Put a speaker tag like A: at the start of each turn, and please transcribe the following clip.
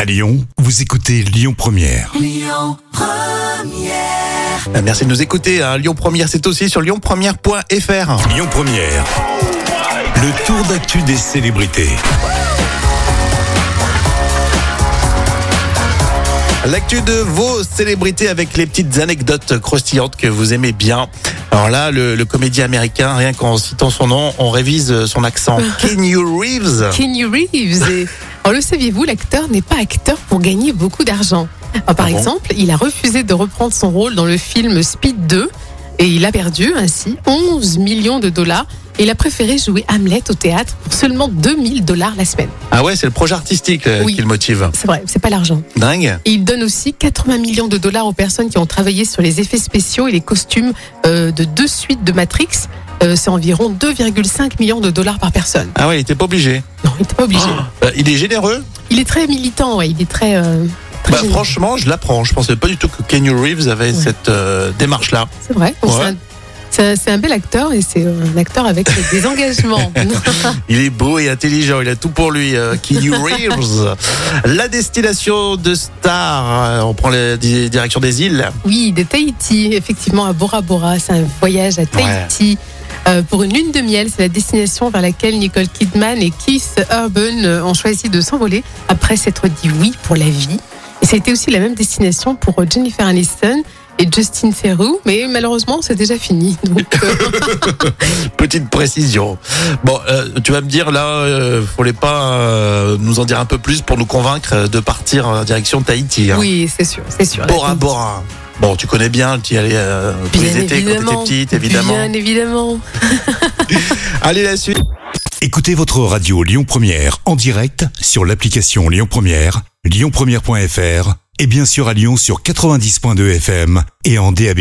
A: À Lyon, vous écoutez Lyon Première.
B: Ah, Merci de nous écouter. hein. Lyon Première, c'est aussi sur lyonpremière.fr.
A: Lyon Première. Le tour d'actu des célébrités.
B: L'actu de vos célébrités avec les petites anecdotes croustillantes que vous aimez bien. Alors là, le, le comédien américain, rien qu'en citant son nom, on révise euh, son accent.
C: Ah.
B: Keanu Reeves.
C: Kenny Reeves. Et, alors, le saviez-vous, l'acteur n'est pas acteur pour gagner beaucoup d'argent. Alors, Par
B: Ah bon
C: exemple, il a refusé de reprendre son rôle dans le film Speed 2 et il a perdu ainsi 11 millions de dollars. Et il a préféré jouer Hamlet au théâtre pour seulement 2000 dollars la semaine.
B: Ah ouais, c'est le projet artistique euh,
C: Oui.
B: qui le motive.
C: C'est vrai, c'est pas l'argent.
B: Dingue.
C: Et il donne aussi 80 millions de dollars aux personnes qui ont travaillé sur les effets spéciaux et les costumes euh, de deux suites de Matrix. Euh, c'est environ 2,5 millions de dollars par personne.
B: Ah ouais, il était pas obligé.
C: Non, il n'était pas obligé.
B: Euh, il est généreux.
C: Il est très militant, ouais, il est très. euh, très
B: Bah,
C: généreux.
B: franchement, je l'apprends. Je pensais pas du tout que Keanu Reeves avait
C: Ouais.
B: cette euh, démarche-là.
C: C'est vrai. Donc,
B: Ouais.
C: c'est un- C'est un, c'est un bel acteur et c'est euh, un acteur avec des engagements.
B: Il est beau et intelligent, il a tout pour lui, euh, Keanu Reeves. La destination de star, euh, on prend la di- direction des îles.
C: oui, de Tahiti, effectivement, à Bora Bora. C'est un voyage à Tahiti euh, pour une lune de miel. C'est la destination vers laquelle Nicole Kidman et Keith Urban euh, ont choisi de s'envoler après s'être dit oui pour la vie. Et ça a été aussi la même destination pour euh, Jennifer Aniston et Justin Theroux. Mais malheureusement, c'est déjà fini. Donc, euh,
B: Petite précision. Bon, euh, tu vas me dire là, euh, fallait pas euh, nous en dire un peu plus pour nous convaincre euh, de partir en direction Tahiti. hein.
C: oui, c'est sûr, c'est sûr.
B: Bora Bora. Bon, tu connais bien, tu y allais euh, tous les étés quand t'étais petite, évidemment.
C: Bien évidemment.
B: Allez, la suite.
A: Écoutez votre radio Lyon Première en direct sur l'application Lyon Première, lyonpremière.fr et bien sûr à Lyon sur 90.2 FM et en DAB+.